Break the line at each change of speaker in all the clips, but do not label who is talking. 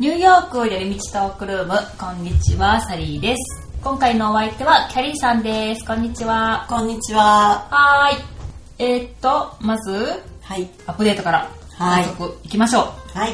ークより道トークルームこんにちはサリーです今回のお相手はキャリーさんですこんにちは
こんにちは。
はーいえー、っとまず
はい。
アップデートから
はい
早速いきましょう、
はい。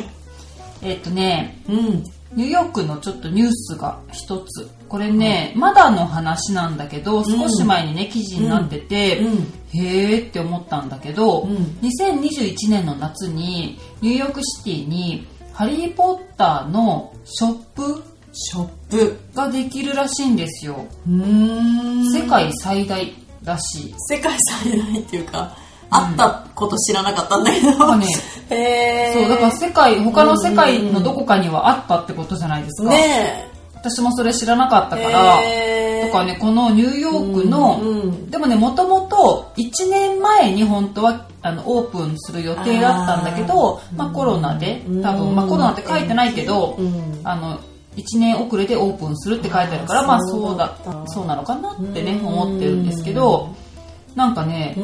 えー、っとね
うん。
ニューヨークのちょっとニュースが一つこれね、まだの話なんだけど少し前にね記事になってて、
うん。
へーって思ったんだけど、
うん
2021年の夏にニューヨークシティに「ハリー・ポッター」のショップ
ショップ。
ができるらしいんですよ、
うーん。
世界最大らしい
世界最大っていうか、あったこと知らなかったんだけど。
かね
へー
そうだから世界他の世界のどこかにはあったってことじゃないですか、
ね
私もそれ知らなかった
え。
から、
へー
とかねこのニューヨークの、
うんうん
でもねもともと1年前に本当はあのオープンする予定だったんだけどまあ、コロナで
うん
多分、まあ、コロナって書いてないけど、
うん
あの1年遅れでオープンするって書いてあるからまあ
そ
そううだ
だった
そうなのかなってね
うん
思ってるんですけどなんかね
う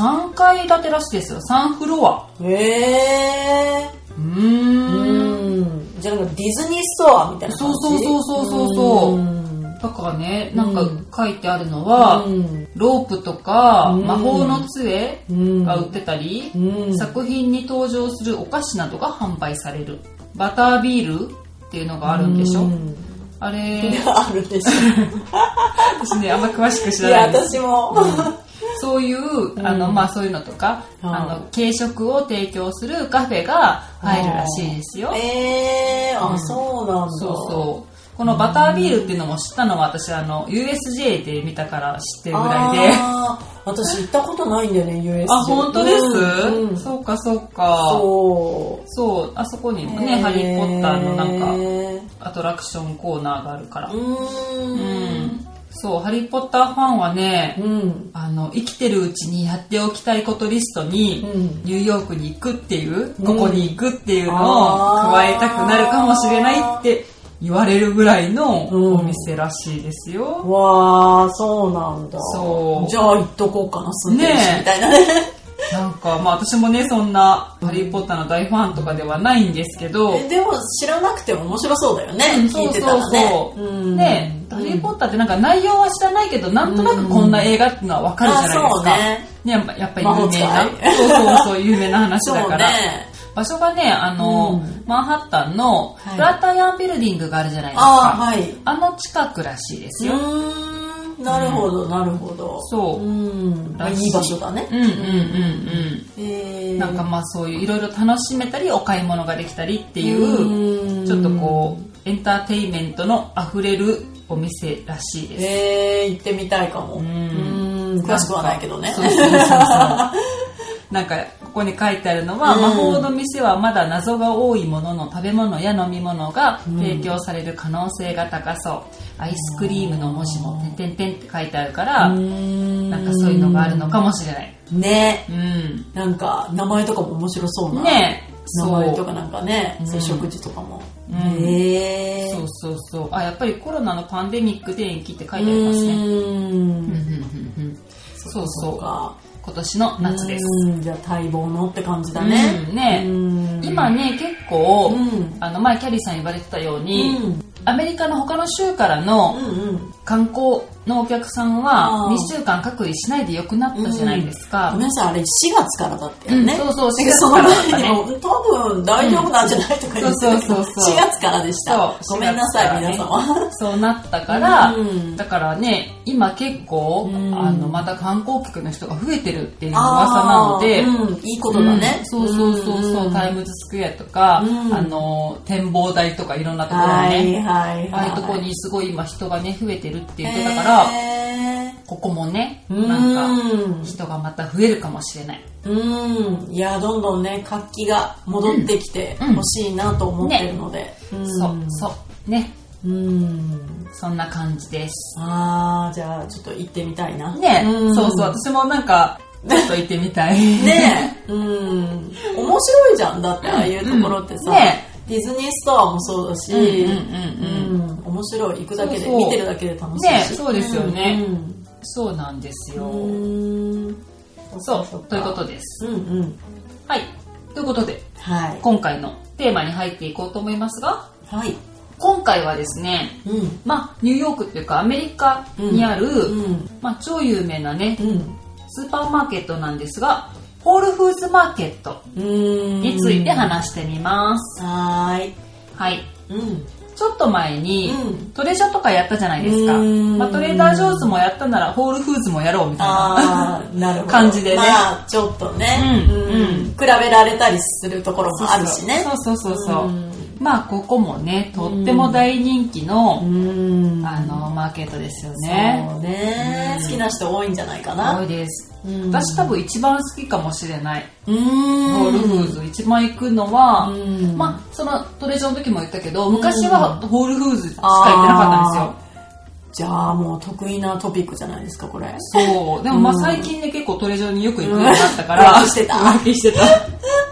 3階建てらしいですよ3フロア
ん。へー
うーん
うん。じゃあなんかディズニーストアみたいな感じ
そうそうそうそうそう
うん
だからねなんか
うん
書いてあるのは、
うん
ロープとか、
うん
魔法の杖
うん。
が売ってたり、
うん。
作品に登場するお菓子などが販売されるバタービールっていうのがあるんでしょ、
うん
あれ
あるでし
私ねあんま詳しく知
ょ。い
ら
や、
ないんです
私も。
そういう、あの、まあそういうのとか、
うん
あの、軽食を提供するカフェが入るらしいですよ。
えー、
う
あ、
ん
そうなんだ。
そうそう。このバタービールっていうのも知ったのは私、あの、USJ で見たから知ってるぐらいで。
あー私行ったことないんだよね USJ
あ、本当です、
うんうん
そうか、そうか。そう
そ
あそこに
う
もね、ハリー・ポッターのなんか、
ん
アトラクションコーナーがあるから。
う
うんん。そう、ハリー・ポッターファンはね、
うん
あの、生きてるうちにやっておきたいことリストに、
うん
ニューヨークに行くっていう、
うん
ここに行くっていうのを加えたくなるかもしれないって言われるぐらいの
うん
お店らしいですよ。
わあそうなんだ
そう
じゃあ行っとこうかな住んでる
ねえ
しみたいなね
なんか、まあ私もね、そんな、ハリー・ポッターの大ファンとかではないんですけど、
えでも知らなくても面白そうだよね
うん
聞いてたらね
そうそうそう。ね、ハリー・ポッターってなんか内容は知らないけど、なんとなくこんな映画ってのはわかるじゃないです
あそう
か。
ね
ね、やっぱやっぱり
魔法
有名な、
使
そうそうそう、有名な話だ
そう
から。
ね
場所がね、あの、
うん
マンハッタンの
はい
フラッターヤンビルディングがあるじゃないですか。
ああはい
あの近くらしいですよ。
うーんなるほどなるほど
そうん
まあいい場所だね
うんうんうんうん。
えー
なんかまあそういういろいろ楽しめたりお買い物ができたりっていう
う
ちょっとこうエンターテインメントのあふれるお店らしいです。
えー、行ってみたいかも。うんん詳しくはないけどね。
そうそうそうそう なんかここに書いてあるのは、
うん
魔法の店はまだ謎が多いものの食べ物や飲み物が提供される可能性が高そう、アイスクリームの文字も「てんてんてん」って書いてあるから、な
なん
かそういうのがあるのかもしれない
ね。
うん
なんか名前とかも面白そうな。
ねえ
名
そう
前とかなんかね、そういう食事とかも。
うん
へ
そ
ー
うそうそうあやっぱりコロナのパンデミックで延期って書
う
いてありますね
ー
うんうん
ん。
うんうんそう
そう
そう
か。
今年の夏です
うん。じゃあ待望のって感じだね。
うんね
うん
今ね結構、
うん
あの前キャリーさん言われてたように、
うん
アメリカの他の州から
う
の
ん
観光のお客さん
あ
は
ー
2週間隔離しないでよくなったじゃないです
ご
か
めん、なさい、あれ4月からだったよね。
うんそうそう4月
その
からだった
前
ね
にも、 多分大丈夫なんじゃないとか言ってたけど、
うんそうそうそう
4月からでした。
そう
ごめんなさい、
4
皆
月か
様。
そうなったから、
うん
だからね今結構、
うん
あのまた観光客の人が増えてるっていう噂なので、
あーうんいいことだね
う。んそうそうそうそう、
ん
タイムズスクエアとか、
うん
あの展望台とかいろんなところ
は
に
い
ね、
はいはい。
ああいうとこにすごい今人がね増えてるって
行
言ってたから、
え
ここもね
ー、
なんか
うん
人がまた増えるかもしれない
うん。いや、どんどんね、活気が戻ってきて
うん
ほしいなと思ってるので。
そうそうね
う。うん。
そんな感じです
あー、じゃあちょっと行ってみたいな。
ね、
ん
そうそう私もなんかちょっと行ってみたい
ねえ、うん、面白いじゃんだってああいうところってさ、
うんね
ディズニーストアもそうだし、
うんうんうんうん
うん面白い行くだけで
そうそう
見てるだけで楽しいし、
ねそうですよね
うん
そうなんですよ、
うんうん
そうということです
うんうん
はいということで
はい
今回のテーマに入っていこうと思いますが
はい。
今回はですね、
うん。
まあ、ニューヨークっていうかアメリカにある、
うん。
まあ、超有名なね
うん。
スーパーマーケットなんですがホールフーズマーケット
うん。
について話してみます、
はーい。
はい
うん。
ちょっと前に、
うん
トレジョとかやったじゃないですか、
うん
まあ、トレーダー・ジョーズもやったならホールフーズもやろうみたいな
ああ、なるほど。
感じでね
まあ、ちょっとね、
うんうん
比べられたりするところもあるしね。
そうそうそうそう、
ん
まあここもねとっても大人気の、
うん。
あのマーケットですよね
そうね、
うん
好きな人多いんじゃないか
多
な。
いです、
うん
私多分一番好きかもしれない、
うん。
ホールフーズ一番行くのは、
うん
まあそのトレジョの時も言ったけど昔はホールフーズしか行ってなかったんですよ
じゃあもう得意なトピックじゃないですか、これ。
そう。でもまあ
うん
最近ね、結構トレジョによく行くようになったから。
うん浮気してた
浮気してた。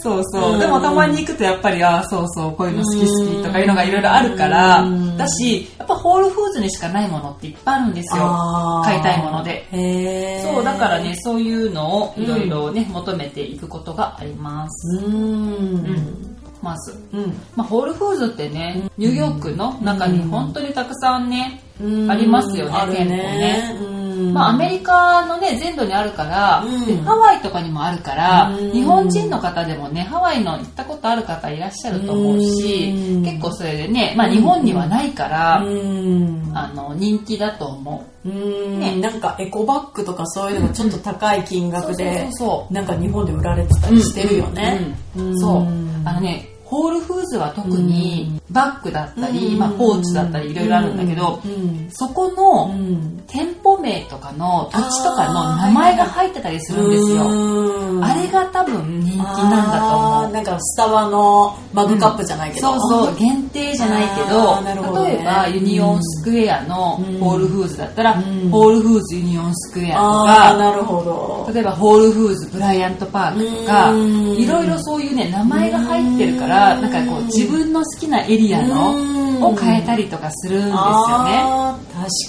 そうそう。
うん
でもたまに行くとやっぱり、ああ、そうそう、こういうの好き好きとかいうのがいろいろあるから
うん。
だし、やっぱホールフーズにしかないものっていっぱいあるんですよ。
あー
買いたいもので。
へえ。
そう、だからね、。そういうのをいろいろね、求めていくことがあります。
うん。
まず。
うん。
まあ、ホールフーズってね、ニューヨークの中に本当にたくさんね、
うん
ありますよね
ある
店舗ね
うん。
まあ、アメリカのね全土にあるから、
うん
でハワイとかにもあるから、
うん
日本人の方でもねハワイの行ったことある方いらっしゃると思うし、
うん
結構それでね、まあ、日本にはないから、
うん。
あの人気だと思う。
うん、
ね
なんかエコバッグとかそういうのがちょっと高い金
そう
額で
そうそうそう
なんか日本で売られてたりしてるよね、
うん
ん
そうあのねホールフーズは特にバッグだったり、
うん
まあ、ポーチだったりいろいろあるんだけど、
うん
そこ
う
の
ん
店舗名とかの土地とかの名前が入ってたりするんですよ。
うん
あれが多分人気なんだと思う
あー。なんかスタバのマグカップじゃないけど、
そうそう限定じゃないけ
あ
ど
ーなるほどね
例えばユニオンスクエアの
うん
ホールフーズだったら、
うん
ホールフーズユニオンスクエアと
ああ
か、
なるほど
例えばホールフーズブライアントパークとか、
うん
いろいろそういうね名前が入ってるから、
うん
なんかこう自分の好きなエリアの、を変えたりとかするんです
り
よね。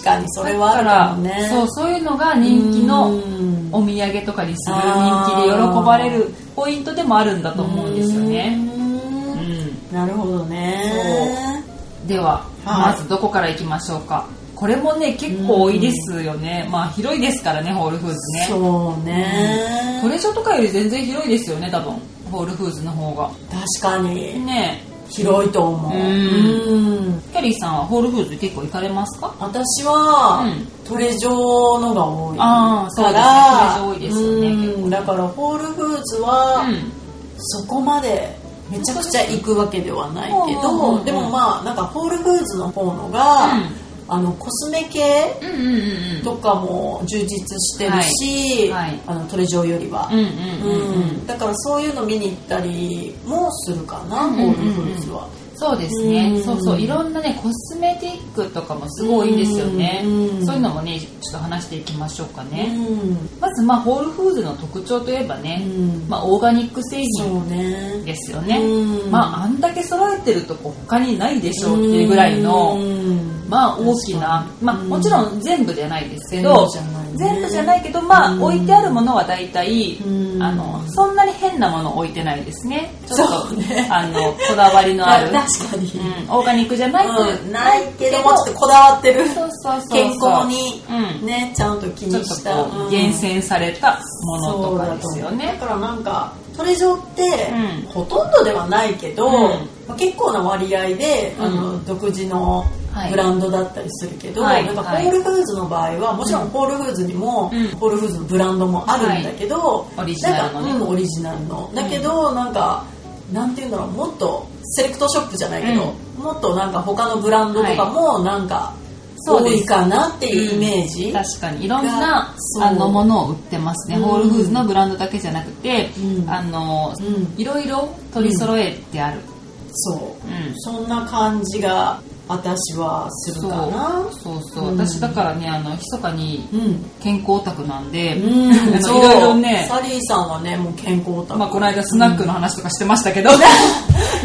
確かにそれ
だ
は
か
ある
ら、
かもね
そうそういうのが人気の
うん
お土産とかにする人気で喜ばれるポイントでもあるんだと思うんですよね。
うん
うん
なるほどね
では、
はい
まずどこから行きましょうかこれもね結構多いですよね、まあ広いですからねホールフーズね
そうね、
トレジョとかより全然広いですよね多分ホールフーズの方が
確かに
ね
広いと思う、
うん
うん
えキャリーさんはホールフーズ結構行かれますか
私は、
うん
トレジョのが多い
あー
から
そうですねトレジョ多いですよね
うん
結構ね
だからホールフーズは、
う
そこまでめちゃくちゃ行くわけではないけ
うんうんうんう
ど
ん
でもまあなんかホールフーズの方のが、
うん
あのコスメ系
んうんうんうん
とかも充実してるし、
はいはい
あのトレジョよりは、
うんうんうんうんうん
だからそういうの見に行ったりもするかな、
うんうんうん
ホールフーズは。
そうですね、
うん
そうそういろんなねコスメティックとかもすごい多いんですよね、
うん
そういうのもねちょっと話していきましょうかね、
うん
まずまあホールフーズの特徴といえばね、
うん
まあ、オーガニック製品
そうね。
ですよね、
うん
まああんだけ揃えてるとこ他にないでしょうっていうぐらいの、
うん
まあ大きな、まあ
うん
もちろん全部じゃないですけど全部じゃないいけどま
う
あ
ん
置いてあるものは大体、
うん
あのそんなに変なもの置いてないですねちょっ
そ
と、
うね
あのこだわりのある、
確かに。
うん、オーガニックじゃないと、
うんないけどもちょっとこだわってる。
そうそうそうそう
健康に
うん
ね、ちゃんと気
ちょっ
にした。
とこ
う
うん厳選されたもの
そ
と
うだ
か
と
ですよ
思うだ
ね
からなんかトレジョって、
うん
ほとんどではないけど、
うん
まあ結構な割合で、
うん
あの独自の
はい
ブランドだったりするけど、
はい
なんか
はい
ホールフーズの場合はもちろんホールフーズにも、
うん
ホールフーズのブランドもあるんだけど、
いオリジナルのね
なんか、うんオリジナルのだけど、なんかなんていうんだろうもっとセレクトショップじゃないけど、もっとなんか他のブランドとかもなんか
そう
多
です
いかなっていうイメージ、
確かにいろんな
がそう
あのものを売ってますね、
うん
ホールフーズのブランドだけじゃなくて、
うん
あの
うん
いろいろ取り揃えてある、
そう
うん
そんな感じが私はする
そう
かな。
そうそう、
うん
私だからねあの密かに
うん。
健康オタクなんで、
うん
あの、 いろいろね、
サリーさんはね、もう健康だ。
まあ、この間スナックの話とかしてましたけど、ま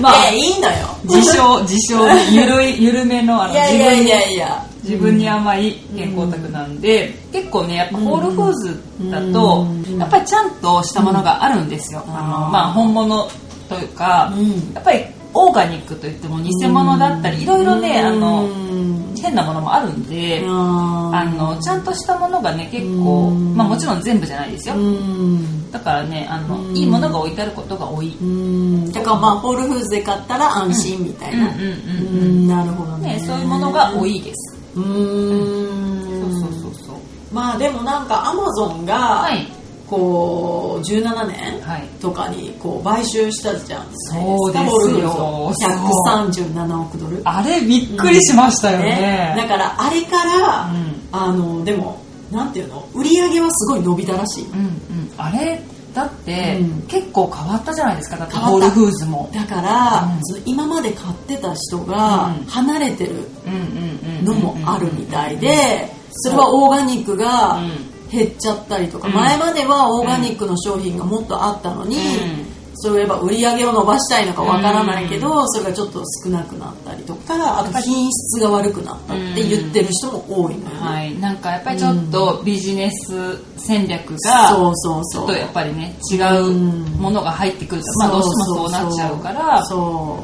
ま
あ
あ、いいのよ。
自称自称ゆるいゆるめのあの
いやい
自
や
分
い
に
やいや。
自分に甘い健康オタクなんで、結構ねやっぱホールフーズだと、
うん
やっぱりちゃんとしたものがあるんですよ、あの
あー
まあ本物というか、
うん
やっぱりオーガニックといっても偽物だったりいろいろねあの変なものもあるんであのちゃんとしたものがね結構まあもちろん全部じゃないですよだからねあのいいものが置いてあることが多い
だからまあホールフーズで買ったら安心みたいな
うんうんうんうん
うんなるほどね
ねそういうものが多いですそ
う
うんそうそうそう
まあでもなんかアマゾンが
はい
こう17年
はい
とかにこう買収したじゃん
そうですよ
ホールフーズを137億ドル
あれびっくりしましたよ
ねだ
ね
からあれから、
うん
あのでもなんていうの売り上げはすごい伸びたらしい
うんうんあれだって
うん
結構変わったじゃないですかだって
変わ
ホ
っ
ー
た
ルフーズも
だから、
うん
その今まで買ってた人が
うん
離れてる
うんうんうん
のもあるみたいでそれはオーガニックが減っちゃったりとか、
うん
前まではオーガニックの商品がもっとあったのに、そういえば売り上げを伸ばしたいのかわからないけど、それがちょっと少なくなったりとかあと品質が悪くなったって言ってる人も多いのよね、
はいなんかやっぱりちょっとビジネス戦略
そ
が
うそう
ちょ
そう
っとやっぱりね違うものが入ってくると
ま
ま
あ
あ
ど
ど
う
う
して
してもそ
もそ
うう
な
な
っ
っ
ち
ち
ゃ
ゃ
う
う
か
からら
そ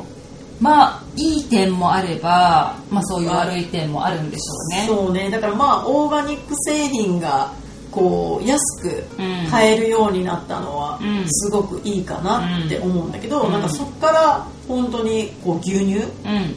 まあいい点もあればまあそういう悪い点もあるんでしょうね
そうねだからまあオーガニック製品がこう安く
うん
買えるようになったのは
うん
すごくいいかなって思うんだけど、
うん
なんかそこから本当にこう牛乳
うん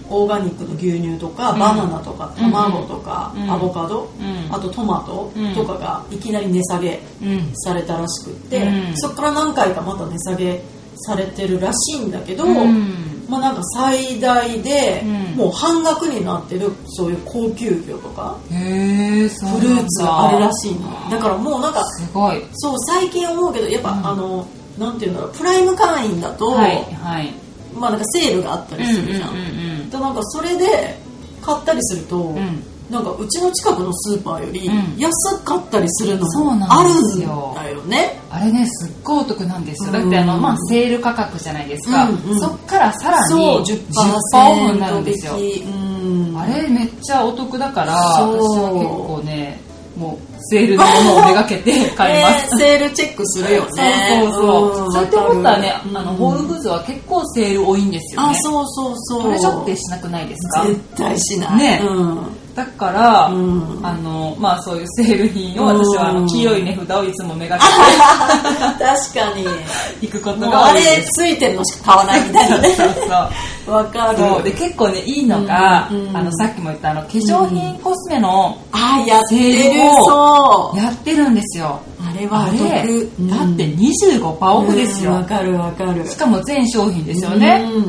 オーガニックの牛乳とか
うん
バナナとか
うん
卵とか
うん
アボカド
うん
あとトマトとかがいきなり値下げ
うん
されたらしくって、
うん
そこから何回かまた値下げされてるらしいんだけど、
うん
まあ、なんか最大で
うん
もう半額になってるそういう高級魚とか
へえそうな
フ
んだ
ルーツがあるらしいのだからもうなんか
すごい
そう最近思うけどやっぱ、
うん
あのなんていうんだろうプライム会員だと、
はいはい
まあなんかセールがあったりするじゃん,、
ん
でなんかそれで買ったりすると、
うんうん
なんかうちの近くのスーパーより
うん
安かったりするの
そう
も
な
あ
ん
る
で
ん
す
だ
よ
よね
あれねすっごいお得なんですよだっ
うん
てあの、まあ、セール価格じゃないですか、
うんうん
そっからさらに
そう
10%オフになるんですよ
10%引きうん
あれめっちゃお得だから
そう
私は結構ねもうセールのものをめがけて買います、
ねセールチェックするよね
そうそうそう、
ん
そうやって思ったらねあ
うん
のホールフーズは結構セール多いんですよ
あ
ね
そうそうそう
トレショップしなくないですか
絶対しない
ね
うん
だから、
うん
あのまあそういうセール品を私はあ
うん
の黄色い値札をいつもめがけ
確か に
ていくこと
もう
が
あ
多いで
れ
す
ついてるのしか買わないみたいなね
そうそうそう
わかる
そうで結構ねいいのが、
うんうん
あのさっきも言ったあの化粧品、コスメの
あやってる
セールを
そう
やってるんですよ
あれは
あ
お
れ
得
だって
うん
25%オフです
うんわ
よ
かるわかる
しかも全商品ですよね
うん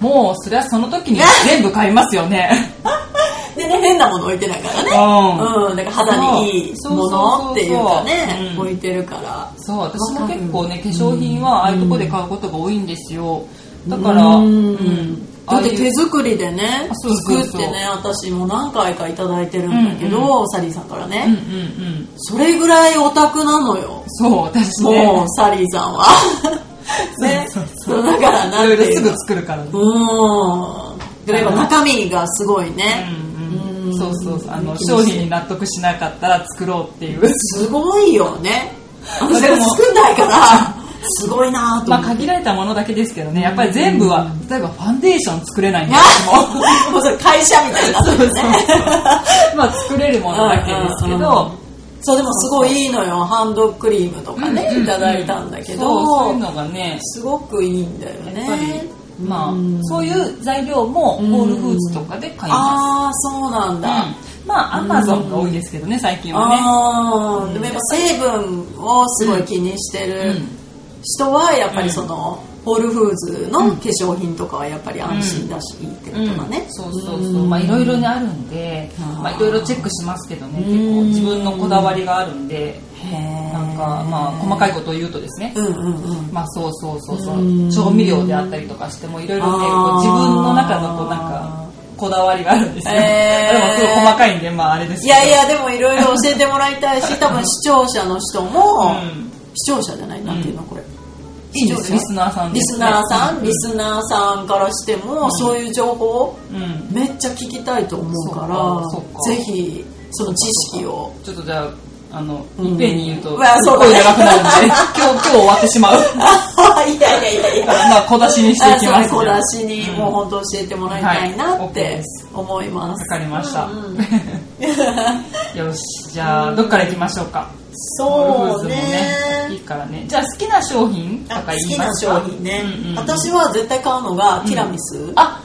もうそれはその時に全部買いますよね
でね変なもの置いてないからね
うん
うんだから肌にいい
そう
ものっていうか
そうそうそう
ね
そう
置いてるから
そう私も結構ね化粧品はああいうとこで買うことが多いんですよだから
うんだ
あ
っ
あ
て
い
手
う
作りでね
あそうそうそう
作ってね私も何回かいただいてるんだけど、サリーさんからね、
うんうんうん
それぐらいオタクなのよ
そう私
も
ね
うサリーさんはね
そう
だから
い
なん
ろ
て
いろ
い
す
うの
ぐ作るからね
うんだからやっぱ中身がすごいね、
うん
う
うんんそうそうそうあの
うん
商品に納得しなかったら作ろうっていう
すごいよね私
で
が
も
作んないからすごいなと
まあ
思って、
限られたものだけですけどねやっぱり全部は例えばファンデーション作れないんで
あ
すもう
もうそれ会社みたいになってるね
まあ作れるものだけですけ
うん
ど
そうでもすごいいいのよハンドクリームとかね、いただいたんだけど
そうそういうのがね
すごくいいんだよ
やっ
ね
ぱりまあ
うん
そういう材料もホールフーズとかで買いま
ああそうなん
す
だ、
うんまあアマゾンが多いですけどね最近はね
ああ
ん
でもやっぱ成分をすごい気にしてる人はやっぱりその、ホールフーズの化粧品とかはやっぱり安心だし、いいってことだね、
そうそうそうまあいろいろねあるんで
あー
まあいろいろチェックしますけどね
うん
結構自分のこだわりがあるんで
へえ
なんかまあ細かいことを言うとですね
うんうんうん
まあそうそうそうそう
うん
調味料であったりとかしてもいろいろね
あー
こう自分の中のこうなんかこだわりがあるんですよ、
えー
でもすごい細かいんでまああれです
い
けど
やいやでもいろいろ教えてもらいたいし多分視聴者の人も、
うん
視聴者じゃないなんていうのこれ、
いいんですリスナーさん
リ
です
ス
ね
ナーさん、リスナーさんからしても、そういう情報
うん
めっちゃ聞きたいと思うか
そっからそっか
ぜひその知識を
ちょっとじゃああの、いっぺんに言うと、
うんまあそうだね
声がなくなるんで、今日、今日終わってしまう。
あいやいやい やいや
まあ、小出しにしていき
あ
ます。
そうね小出しに
うん
もう本当教えてもらいたいなっ
はい OK
て
です
思います、
わかりました。
うん
よし、じゃあ、どっから行きましょうか。
そう
ゴルフーズもね、いい
ね
からね。じゃあ、好きな商品と
あ
か
好
言い
き
ま
な
すか
商品ね、
うんうん
私は絶対買うのがティラミス、
あ、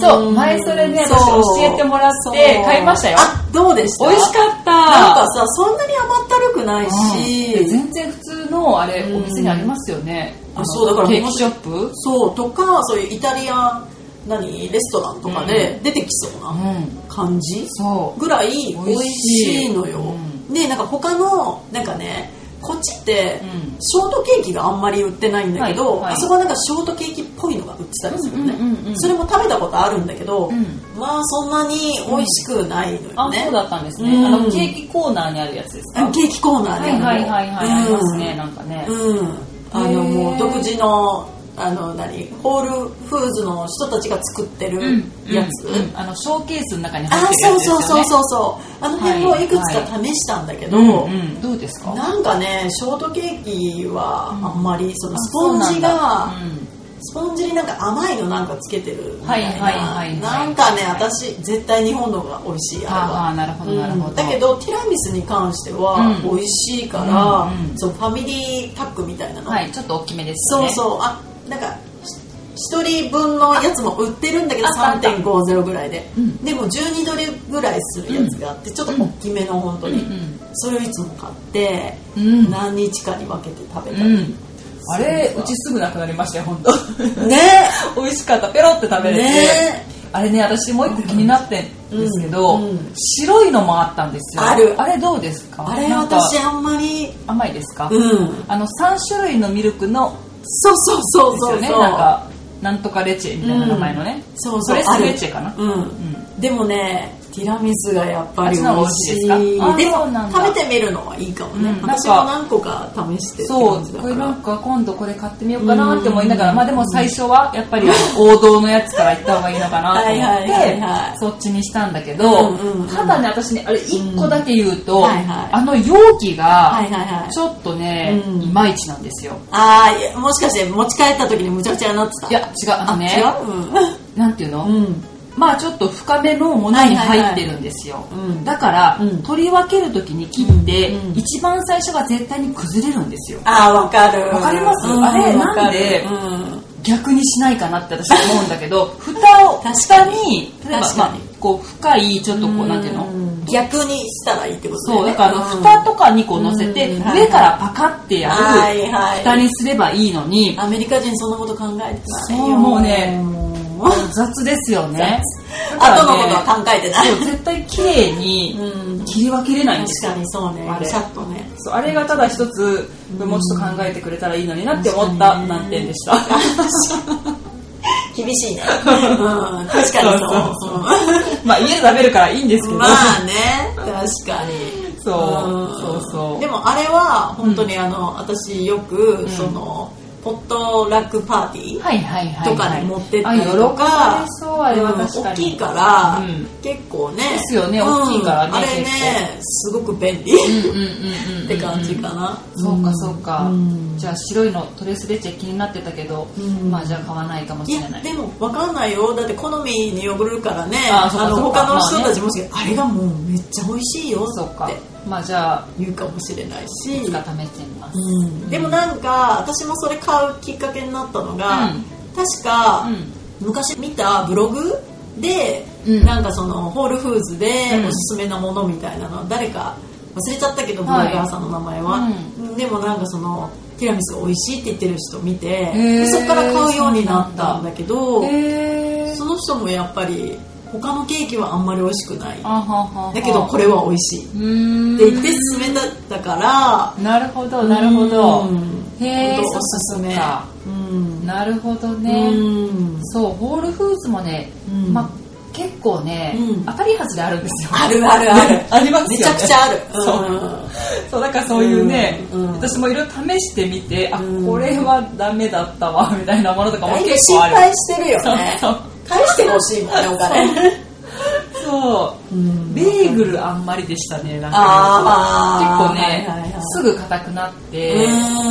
そう、前それね、私教えてもらって、買いましたよ。
あどうでした
美味しかった。
なんかさそんなに甘ったるくないし、
うん全然普通のあれ
うん
お店にありますよね、
あ
の
そうだから
ケーキショップ
そうとかそういうイタリアン何レストランとかで出てきそう
う
なん感じ
そう
ぐらい美味しいの
美
よ
味しい
でなんか他のなんかねこっちって
うん
ショートケーキがあんまり売ってないんだけど、
はいはい
あそこはなんかショートケーキっぽいのが売ってたりするのね、
うんうんうんうん
それも食べたことあるんだけど、
うん
まあそんなに美味しくないのよ
あ、
ね、
そうだったんですね、
うん
あのケーキコーナーにあるやつですか
ケーキコーナー
は
で
い
も
はいはいはい、
うん
ありますねなんかね、
うん、あ
へー
のもう独自のあの何ホールフーズの人たちが作ってるやつ、
うんうんあのショーケースの中に入
あ
ってる
そ
や
う
つです
そ
よ、
う
ね、
そうそうそうあの辺もいくつか試したんだけど、
うんうんどうですか
なんかねショートケーキはあんまりその
あ
ス
そ
ポ
う
ン
な
ジ
んだ
が、
うん
スポンジになんか甘いのなんかつけてるみ
は
た
い
い
は
ない
はいはい
なんかね私絶対日本の方が美味しいあれ
あ
は
あなるほどなるほど、
うんだけどティラミスに関しては
うん
美味しいから、
うんうん
そのファミリーパックみたいなの、
はいちょっと大きめです
そ
ね
うそうあなんか1人分のやつも売ってるんだけど
ああったあった
3.50ぐらいで、
うん
でも12ドルぐらいするやつがあってちょっと大きめの本当に、
うんうん
それをいつも買って、
うん
何日かに分けて食べた
う
り、
んあれうちすぐなくなりましたよ本当。
ね
美味しかったペロって食べれて、
ね
あれね私もう一個気になってんですけど、
うんうん
白いのもあったんですよ
ある
あれどうですか
あれ
なんか
私あんまり
甘いですか、
うん
あの3種類のミルクの
そうそうそ
で
う
す
そ
よ
う
ね
そう、
なんかなんとかレチェみたいな名前のね、
そう
そ
そう
れス
ある
レチェかな
うん、
ん
でもねティラミスがやっぱり美
あっ
味
ち
しい
の方が美味しいですかあ
で
そうなん
も
だ
食べてみるのはいいかもね、
うんなんか
私も何個か試してって
そ
感
う
じだ
こ
か
れな
ら
んか今度これ買ってみようかなって思いながら、まあでも最初はやっぱり王道のやつから行った方がいいのかなと思って
はいはいはいはい
そっちにしたんだけど、
うんうんうん
ただね私ねあれ1個だけ言うと、
うんはいはい
あの容器が
はいはいはい
ちょっとね、
うん
いまいちなんですよ
ああいやもしかして持ち帰った時にむちゃくちゃになってた
いや違うあの
あ
ね
違
なんていうの、
ううん、うん、
まあちょっと深めのものに入ってるんですよ、
いはいはいうん
だから、
うん
取り分ける時に切って、
うんうん
一番最初が絶対に崩れるんですよ
ああわかる
わかります
うん
あれ
わかる
なんで
うん
逆にしないかなって私は思うんだけど 蓋を
確
下に例えば、
確
ま
か
あ
に、
こう深いちょっとこうなんていうの
逆にしたらいいってことだ
そ
よ
う
ね
だからあの蓋とか2個乗せて
う
上
んはい
からパカってや
はいはい
る蓋にすればいいのに
アメリカ人そんなこと考えてないよ
そうもうね
もう
雑ですよねだ
後
か
の
らね
ことは考えてない
そう 絶対綺麗に
うん
切り分けれないんです
確
よ
かにそうね
あれ
シャッとね
そうあれがただ一つもうちょっと考えてくれたらいいのになって思った
うん
難点でした
厳しいね、うん、確かにそう
そう
うん
まあ家で食べるからいいんですけど、
まあね確かに
そう
うん
そうそう
でもあれは本当にあの、私よくその、ポットラックパーティー
はいはいはい、はい、
とかに持ってったりと
あ喜ば
か
れそうあれは
うん
確かに
大きいから、
うん
結構ね
ですよね
うん
大きいからね
あれねすごく便利
うんうんうんうん
って感じかな、
そうかそうか、
うん
じゃあ白いのトレスレチェ気になってたけど、
うん
まあじゃあ買わないかもし
い
れ
や
ない
でも分かんないよだって好みによるからね
あ
あ
そうか
の
そうか
他の人
まあね
たちもしかしてあれがもうめっちゃ美味しいよ
そう
っ
か
て
まあじゃあ
言うかもしれないし、
いつか試してみます、
うんでもなんか私もそれ買うきっかけになったのが、
うん
確か、
う
昔見たブログで、
うん
なんかそのホールフーズで
うん
おすすめなものみたいなの誰か忘れちゃったけどブロガーさんの名前は、
はい
でもなんかそのティラミスが美味しいって言ってる人見て
へー
でそこから買うようになったんだけど
ん、へえ
その人もやっぱり他のケーキはあんまり美味しくない
あははは
だけどこれは美味しいっ
うーん
て言って勧めだったから
なるほどなるほど
うん
へえ
ほんとおすすめ
そっか
うん
なるほどね、
うん
そうホールフーズもね、
うん
まあ結構ね、
うん
当たり外れあるんですよ
あるあるある
ありますよね
めちゃくちゃある
そう
うん
そうなんかそういうね、
うんうん
私もいろいろ試してみて、
うん
あこれはダメだったわ みたいなものとかも
だいぶ
結
心
構ある
配してるよね
そうそう
返してほしいもんねお金
そうと、ベーグルあんまりでしたねなん
あ
か結
ー
構ね、
はいはいはい
すぐ硬くなって、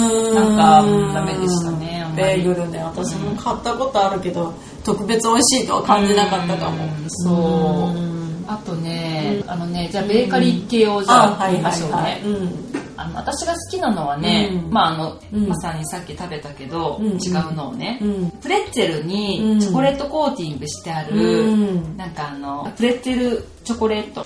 な
なんかダメでしたねあんま
ベ
り
ーグルね私も買ったことあるけど、特別美味しいとは感じなかったかも、
うんそう
うん
あとね、あのねじゃあベーカリー系をじゃ
あ
あ
はい
言い
は
ま
い
しょうね、
はい、うん
あの私が好きなのはね、
うん
まああの、
うん
まさにさっき食べたけど、
うん
違うのをね、
うん
プレッツェル
うん
にチョコレートコーティングしてある、
うん
なんかあのプレッツェルチョコレート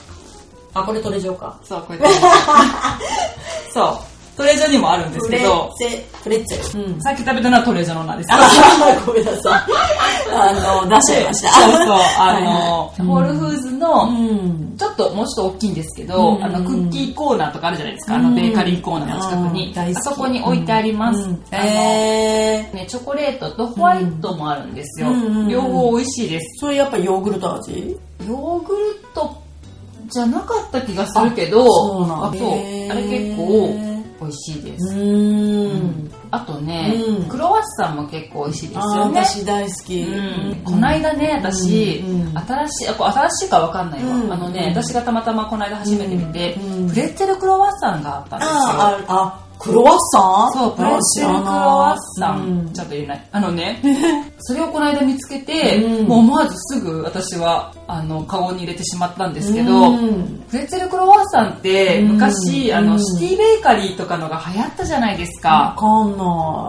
あこれトレジョーか
そうこれ そうトレジョにもあるんです
プ
け
レ
ど
ッツェプレッツェル、うん、
さっき食べたのはトレジョのなんですよ
あ ごめんなさいあの出しちゃいました
そうそうあの
はいはい
ホールフーズの、
うん
ちょっともうちょっと大きいんですけど、
うん
あのクッキーコーナーとかあるじゃないですか、
う
あ
ん
のベーカリーコーナーの近く
うん
に、
大好
あ
き
そこに置いてあります、
うん
あの
えー
ね、チョコレートとホワイトもあるんですよ、
うんうんうん
両方美味しいです
それやっぱヨーグルト味
ヨーグルトじゃなかった気がするけどあ
そうなんだ
そう
へー
あれ結構美味しいです、
ん
あとね、
うん
クロワッサンも結構美味しいです
あ
よ
ー
ね
私大好き、
うんこないだね私、
うんうん
新しいあこれ新しいかわかんないわ、
うん
あのね私がたまたまこの間初めて見て、
うん
プレッツェルクロワッサンがあったんですよ
あああクロワッサン
そうプレッツェルクロワッサン、
うん
ちょっと言えないあのねそれをこの間見つけて、
うん
もう思わずすぐ私はあのカゴに入れてしまったんですけど、
うん
プレッツェルクロワッサンって
うん
昔、あ
う
の
ん
シティベーカリーとかのが流行ったじゃないです
わ
か、
かんな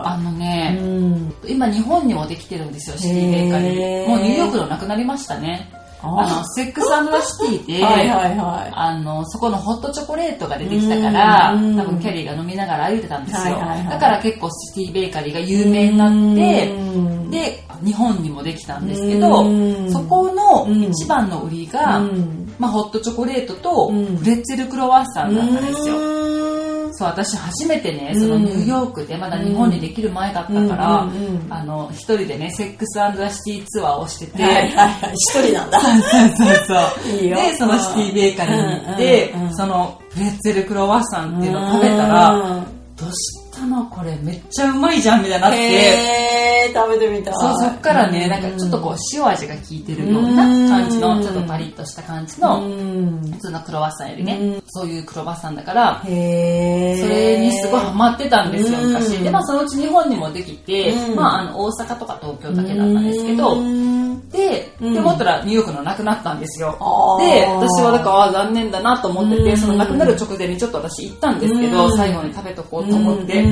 あの
い、
ね、
うん、
今日本にもできてるんですよシティベーカリ
へ
ー
ー
もうニューヨークのなくなりましたねあのセックスザシティで
はいはいは
あのそこのホットチョコレートが出てきたから
うん
多分キャリーが飲みながら歩いてたんですよ、
はいはいはい
だから結構シティベーカリーが有
い
名になって
うん
で日本にもできたんですけど
うん
そこの一番の売りが、
うん
まあ、ホットチョコレートと
うん
プレッツェルクロワッサンだったんですよ、
うん
そう私初めてねそのニューヨークでまだ日本にできる前だったから、
うんうんうん
あの一人でねセックスザシティツアーをしてて、
はいはいはい一人なんだ
そうそうそう。
いいよ
で、そのシティベーカリーに行って、
うんうんうん
そのプレッツェルクロワッサンっていうのを食べたら、
うん
どうしたのこれめっちゃうまいじゃんみたいになって、
へー食べてみたい
そうそっからね、
う
なんかちょっとこう塩味が効いてるような感じ
う
の、
ん
ちょっとパリッとした感じ
う
の、
ん
普通のクロワッサンより
う
ね、そういうクロワッサンだから、
へー
それにすごいハマってたんですよ、
うん
昔。で、まあそのうち日本にもできて
う、ん
まああの大阪とか東京だけだったんですけど
う、ん
で、
うん
で思ったらニューヨークのなくなったんですよ。
あー
で、私はだからあー残念だなと思って
う
て、
ん
そのなくなる直前にちょっと私行ったんですけど、
うん
最後に食べとこうと思って。
うん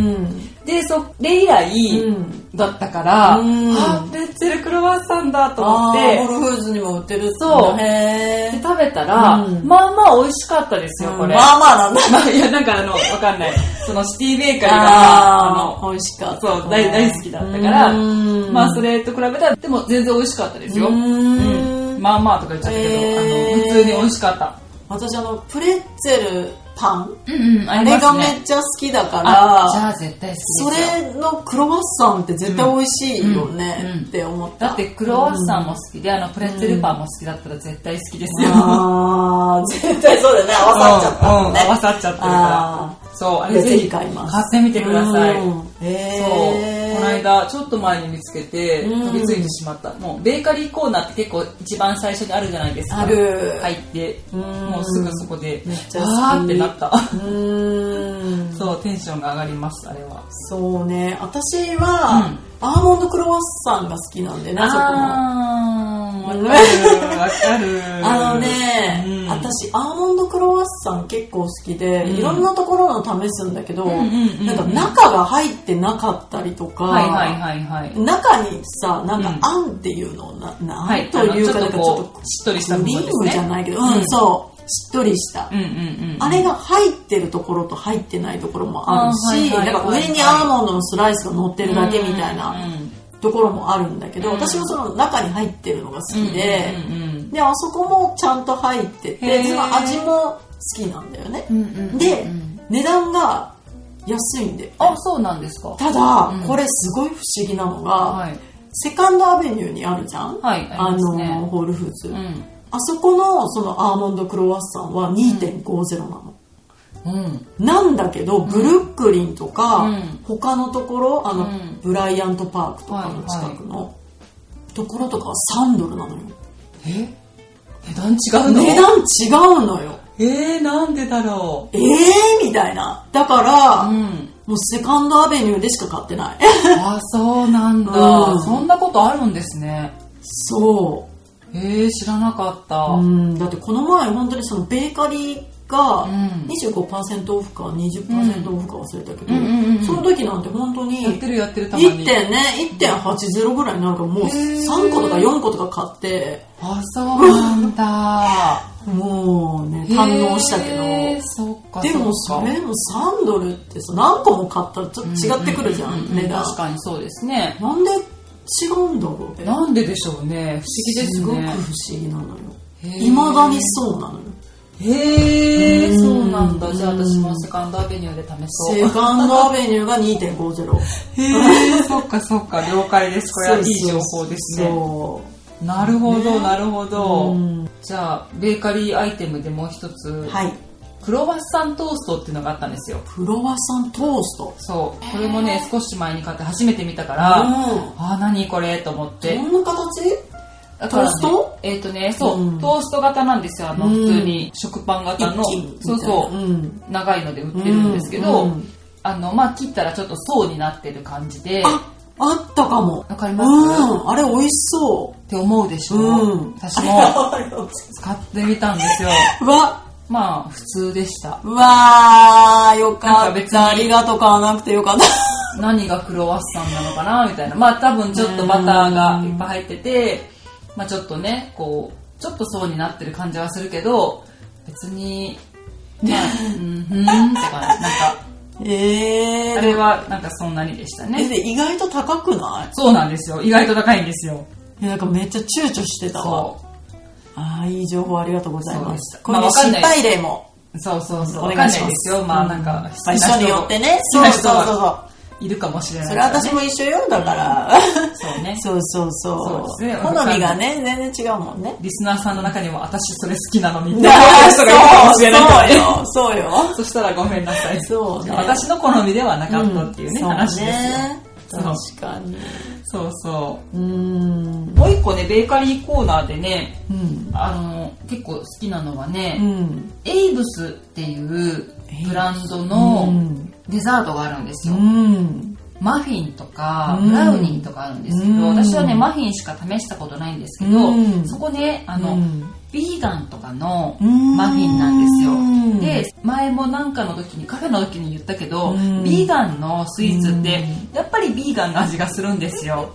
で、それ以来
うん
だったから、
うん
あー、プレッツェルクロワッサンだと思
あ
っ
ーホ
て、
ールフーズにも売ってる
そう
へ
で
ー
食べたら、
うん
まあまあ美味しかったですよ、これ。
まあまあなんだ
まあ、 いや、なんかあの、わかんない。そのシティベーカリーが、あの、
美味しかった
そう大、大好きだったから、
うん
まあそれと比べたら、でも全然美味しかったですよ。
うん
うんまあまあとか言っちゃったけど、
へー
あの普通に美味しかった。
私あのプレッツェルパン
うんうん、あ
あ
り
れ
ます
がめ
ね。
っちゃ好きだか
あじゃ
ら
あ絶対好きです
そ
よ。
れのクロワッサンって絶対美味しいよねって思った
だってクロワッサンも好きで、あのプレッツェルパンも好きだったら絶対好きですよ。
あー絶対そうだよね合わさっちゃったもんね
うんうん合わさっちゃってる
あ
から。そう、あれぜ
ぜ
ひ
ひ
買
買
っ
います
てみてください。
う
そ
ん
う、
へー
この間ちょっと前に見つけて
うん
飛びついてしまった。もうベーカリーコーナーって結構一番最初にあるじゃないですか。
ある
入って、
うん
もうすぐそこで、
めっちゃ好き
わーってなった。
うーん
そう、テンションが上がります、あれは。
そうね私はアーモンドクロワッサンが好きなんでねそこも
あー、わか
そこも
る、わか る。
あのね、
うん
私アーモンドクロワッサン結構好きで、
うん
いろんなところの試すんだけど、
んうんうんうん
なんか中が入ってなかったりとか、
はいはいはいはい。
中にさなん
う
か
ん
あんっていうのをなな
はい
んというか
あの
な
ちょっと
んかちょっ
ことうしっとりした部
ク
分
リ
ですね
ームじゃないけど、うん
うん
そうしっとりした、
うんうんうん。
あれが入ってるところと入ってないところもあるし、
あーはいはい
なんか上にアーモンドのスライスが乗ってるだけみたいな
うんうん
ところもあるんだけど、
うん
私はその中に入ってるのが好きで、
うんうん
であそこもちゃんと入って
へ
て
ー
その味も好きなんだよね、
うんうんうん
で
うん
値段が安いんで
あ、そうなんですか。
ただ、
うん
これすごい不思議なのが、
はい。
セカンドアベニューにあるじゃん、
はい、あ
あ
ります
の、
ね。
ホールフーズ、
う
あそこのそのアーモンドクロワッサンは2.50なの、
ん。うん。
なんだけど、ブルックリンとか、
うん
他のところ、あの、
うん
ブライアントパークとかの近くの、ところとかは3ドルなのよ。
え値段違うの
値段違うのよ
えー、なんでだろ
ええー、みたいなだから、
ううん
もうセカンドアベニューでしか買ってない
あそうなんだ、
うん
そんなことあるんですね
そ
えー、知らなかった、
う、うん、だってこの前本当にそのベーカリー
う
が
ん
25%オフか20%オフか忘れたけど、
うんうんうんうん
その時なんて本当に
やってるやってるたま
1
に
点ね1.80ぐらいになるからも
へ
う
ー
3個とか4個とか買って
あそう なんだ
もうね堪能したけど
へーそっか
でも
そっ
そ
か
れも3ドルってさ何個も買ったらちょっと違ってくるじゃ
うんうんうんう
値段
確かにそうですね
なんで違うんだろうね
なんででしょうね不
す
思
ご
議
く不
で
思
す
議なのよ
ね
いまだにそうなのよ
へえ
うん
そうなんだじゃあ
うん
私もセカンドアベニューで試そう
セカンドアベニューが2.50
へえそっかそっか了解ですこれはいい情報ですね
そ
なるほど
ね
なるほ
う
ど
うん
じゃあベーカリーアイテムでもう一つ
はい
クロワッサントーストっていうのがあったんですよ
クロワッサントースト
そうこれもね少し前に買って初めて見たからあ
うん
ー何これと思って
どんな形
だからね
トースト
えっ、とねそう、
うん
トースト型なんですよあの、
うん
普通に食パン型の
一気にみたい
そう
な
そうう、
ん
長いので売ってるんですけど、
うんうん
あのまあ切ったらちょっと層になってる感じで
ああったかも
わかり
う
ます、っ
んあれ美味しそ
て思うでしょ、
ううん
私も
あれ美味しそ
使ってみたんです よ
うう わ
まあ普通でした
うわー、よ
なん
か
か別
っ
に
た。ありがとう買わなくてよかっ た。
何がクロワッサンなのかなみたいなまあ多分ちょっとバターがいっぱい入ってて、まあちょっとねこうちょっと層になってる感じはするけど別にま あうんふーんって感じなんか
えー。
あれはなんかそんなにでした
え、
ね
で、意外と高くな
そうなんですよ意外と高いんですよ
いいや、なんかめっちゃ躊躇してたわ。
そ
ああ、いい情報ありがとうござい
そう
ま
ですす。
これね
まあわかん
失
ない
敗例も。
うそうそうそう
お
わか
願
んないい
しま
です
す。
よまあなんか
うん一緒によってね。
失
そう
敗
そう
した人
そう
が
そう。
いるかもしれないか
それ
らね
私も一緒よ、だから。
そうね
そうそうそう。
そうですね
好みがね、全然違うもんね。
リスナーさんの中にも私それ好 きなのにって 思う人がい
そ
るかもしれないからね
う そうよ、そうよ。
そしたらごめんなさい。
そうね
私の好みではなかったっていうね、
ん
話ですよ。
そうね確かに。
そうそう
ーん
う。もう一個ね、ベーカリーコーナーでね、
うん
あの、結構好きなのは
う
ね、
ん
エイブスっていうブランド
う
の
ん
デザートがあるんですよ。
うん
マフィンとか、
うん
ブラウニーとかあるんですけど、
うん
私はね、マフィンしか試したことないんですけど、
うん
そこね、あ
あ
の、ビーガンとかのマ
マ
フィンなんですよ。
で
で前もなんかの時にカフェの時に言ったけど、
うん
ビーガンのスイーツって
う
やっぱりビーガンの味がするんですよ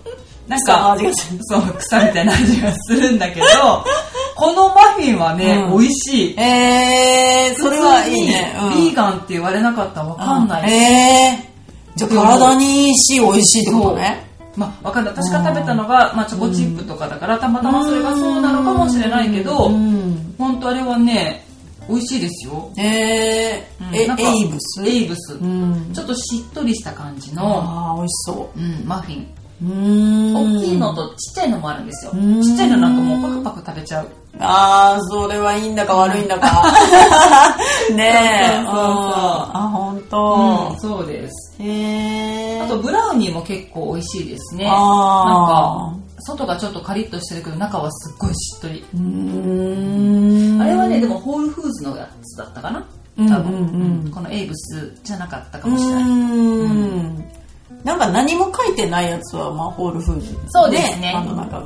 なん
草
か
味がする
そう草みたいな味がするんだ けどこのマフィンはね、
うん
美味しい
えー、それはいいね
普通にビーガンって言われなかったらわかんない、
いえー、じゃあ体にいいし美味しいってことね
まあ、わかんない私が食べたのが、まあ、チョコチップとかだからたまたまそれがそうなのかもしれないけど、
うん
本当あれはね美味しいですよ、
え
う
ー
ん
え
なんか
エイブス
エイブス、
うん
ちょっとしっとりした感じの
ああ美味しそ
うん、マフィン。
ううん
大きいのとちっちゃいのもあるんですよ。
うん
ちっちゃいのなんかもうパクパク食べちゃう。
ああそれはいいんだか悪いんだか
そうそうそうそう
ねえあ本当
そうです。
へえ
あと、ブラウニーも結構美味しいですね。なん
あ
か
ー、
外がちょっとカリッとしてるけど、中はすっごいしっとり。
うーん
あれはね、でもホールフーズのやつだったかな多分、
うんうんうん
このエイブスじゃなかったか
う
もしれない。
ーんなんか何も書いてないやつは、まあ、ホールフーズ、
そうですね
あのなんか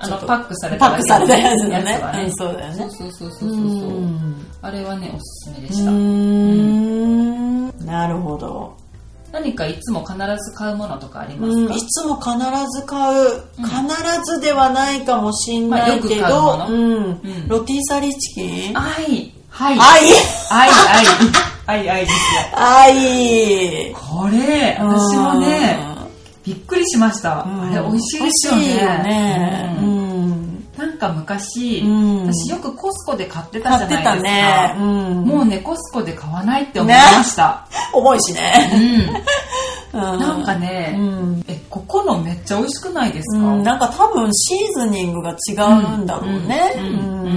あ
ちょ
の、
っと
パックされ
パ
た
ックされたやつだ
や
ね
つはね
うん、そうだよ
そ
ね
うそうそうそううそう。
ん
あれはね、おすすめで
う
した。
ーんなるほど、
何かいつも必ず買うものとかありま
うん、い
すか
つも必ず買う、必ずではないかもしんないけど、
まあよく買うも
うん
うん
ロティサリーチキン
愛、はい、
あい
愛、 愛、愛、愛ですよ。
あい
これ、私もね、
うん
びっくりしました。
うん
あれ、美味しいですよね。
美味しいよね
う
うんん
なんか昔、
うん
私よくコスコで買ってたじ
買
ゃ
って
な
た
いです
ね
か。。
うん
もうね、コスコで買わないって思いました。
重いしね。うん。
なんか
う
ね、
ん。
え、ここのめっちゃ美味しくないです
う
か、
んなんか多分シーズニングが違うんだろうね。
うん
うん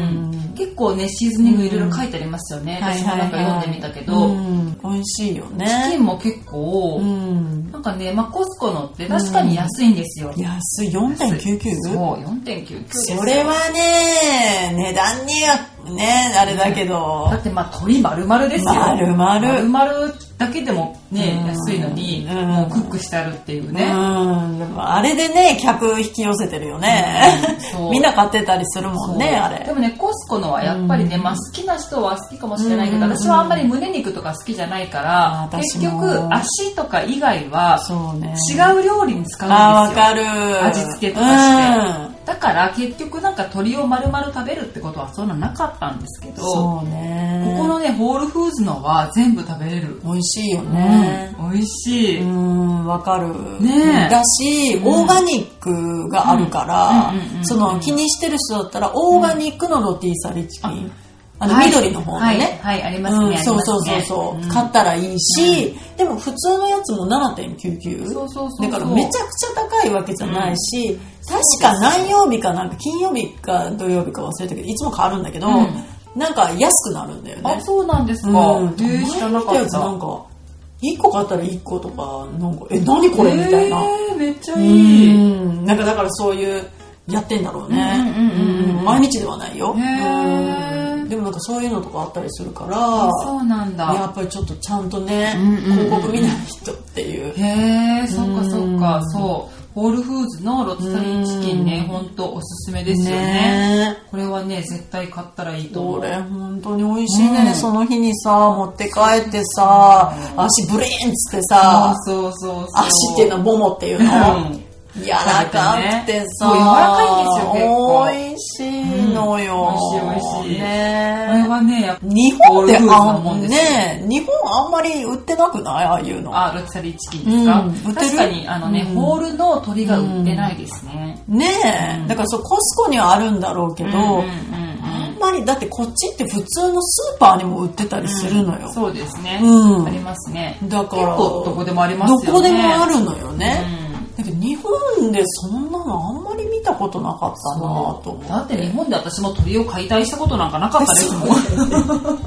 結結構ねシーズニングいろいろ書いてありますよね、
うん
私もなんか
はいはいはい
読んでみたけど、
うん美味しいよね
チキンも結構、
うん
なんかね、まあ、コスコのって確かに安いんですよ、
安い4.99
そう4.99です
それはね値段にはねあれだけど
だってまあ鶏丸々ですよ
丸々
丸々だけでもね、
うん
安いのに、
うん
もうクックしてあるっていう
う
ね、
んでもあれでね客引き寄せてるよね
うんそう
みんな買ってたりするもんね
そう
あ
で
れ
もねコスコのはやっぱりね、まあ、好きな人は好きかもしれないけど、
うん
私はあんまり胸肉とか好きじゃないから
あー
結
私も
局足とか以外は
そうね
違う料理に使
あ
うん
わ
ですよ
かる
味付けとかして、だから結局なんか鶏を丸々食べるってことはそんななかったんですけど
うんそうね
ここのねホールフーズのは全部食べれる、
美味しいよ
う
ね
ん美味しい、
うんわかる
ねえ
だしオーガニックがあるか
うんうんうんうん
らその気にしてる人だったらオーガニックのロティサリチキンあの
はい
緑の方のね
はい、はいありますね、
うん、
あり
そう
ます
そうそう
ね
そう、
ん
買ったらいいし、でも普通のやつも7.99
そうそうそうそう
だからめちゃくちゃ高いわけじゃないし、確か何曜日かなんか金曜日か土曜日か忘れたけどいつも変わるんだけど、
う
なんか安くなるんだよ
あ
ね
そうなんですか、
うん
えー知らなか
前
っ
見やつなん
た
か1個買ったら1個とかなんかえ何これみたいな、
えーめっちゃいい、
うんなんかだからそういうやってんだろうね、
うんうんうんうん
毎日ではないよ、
へー
うんでもなんかそういうのとかあったりするから
あそうなん
や
だ
っぱりちょっとちゃんとね、
うんうんうん
広告見ない人っていう
へ。えそっかそっか
うん
そうホールフーズのロティサリーチキンね
うん
ほんとおすすめですよねこれはね絶対買ったらいいと思
ど
う
れ本当に美味しいね、
うん
その日にさ持って帰ってさ足ブレーンっつってさ
そうそうそうそう
足っていうのはももっていうの
うん
柔らかくてさ
そう柔らかいんですよ結構
美味しいのよ、
うん美味しい美味しいこれ
ね
はねやっぱ
日本って
オールフーズな
あ
もん
ん
ですよ
ね日本あんまり売ってなくないああいうの
あロティサリーチキンですか、
うん売ってる
確かにあのね、
うん
ホールの鳥が売ってないですね、
ねえ、だからそうコスコにはあるんだろうけど、
うんうんうん
あんまりだってこっちって普通のスーパーにも売ってたりするのよ、
そうですね、
うん
ありますね
だから
結構どこでもありますよね
どこでもあるのよ
う
ね、
ん
だけど日本でそんなのあんまり見たことなかったなと思
だ
っ
ってて日本で私も鳥を解体したことなんかなかったです もん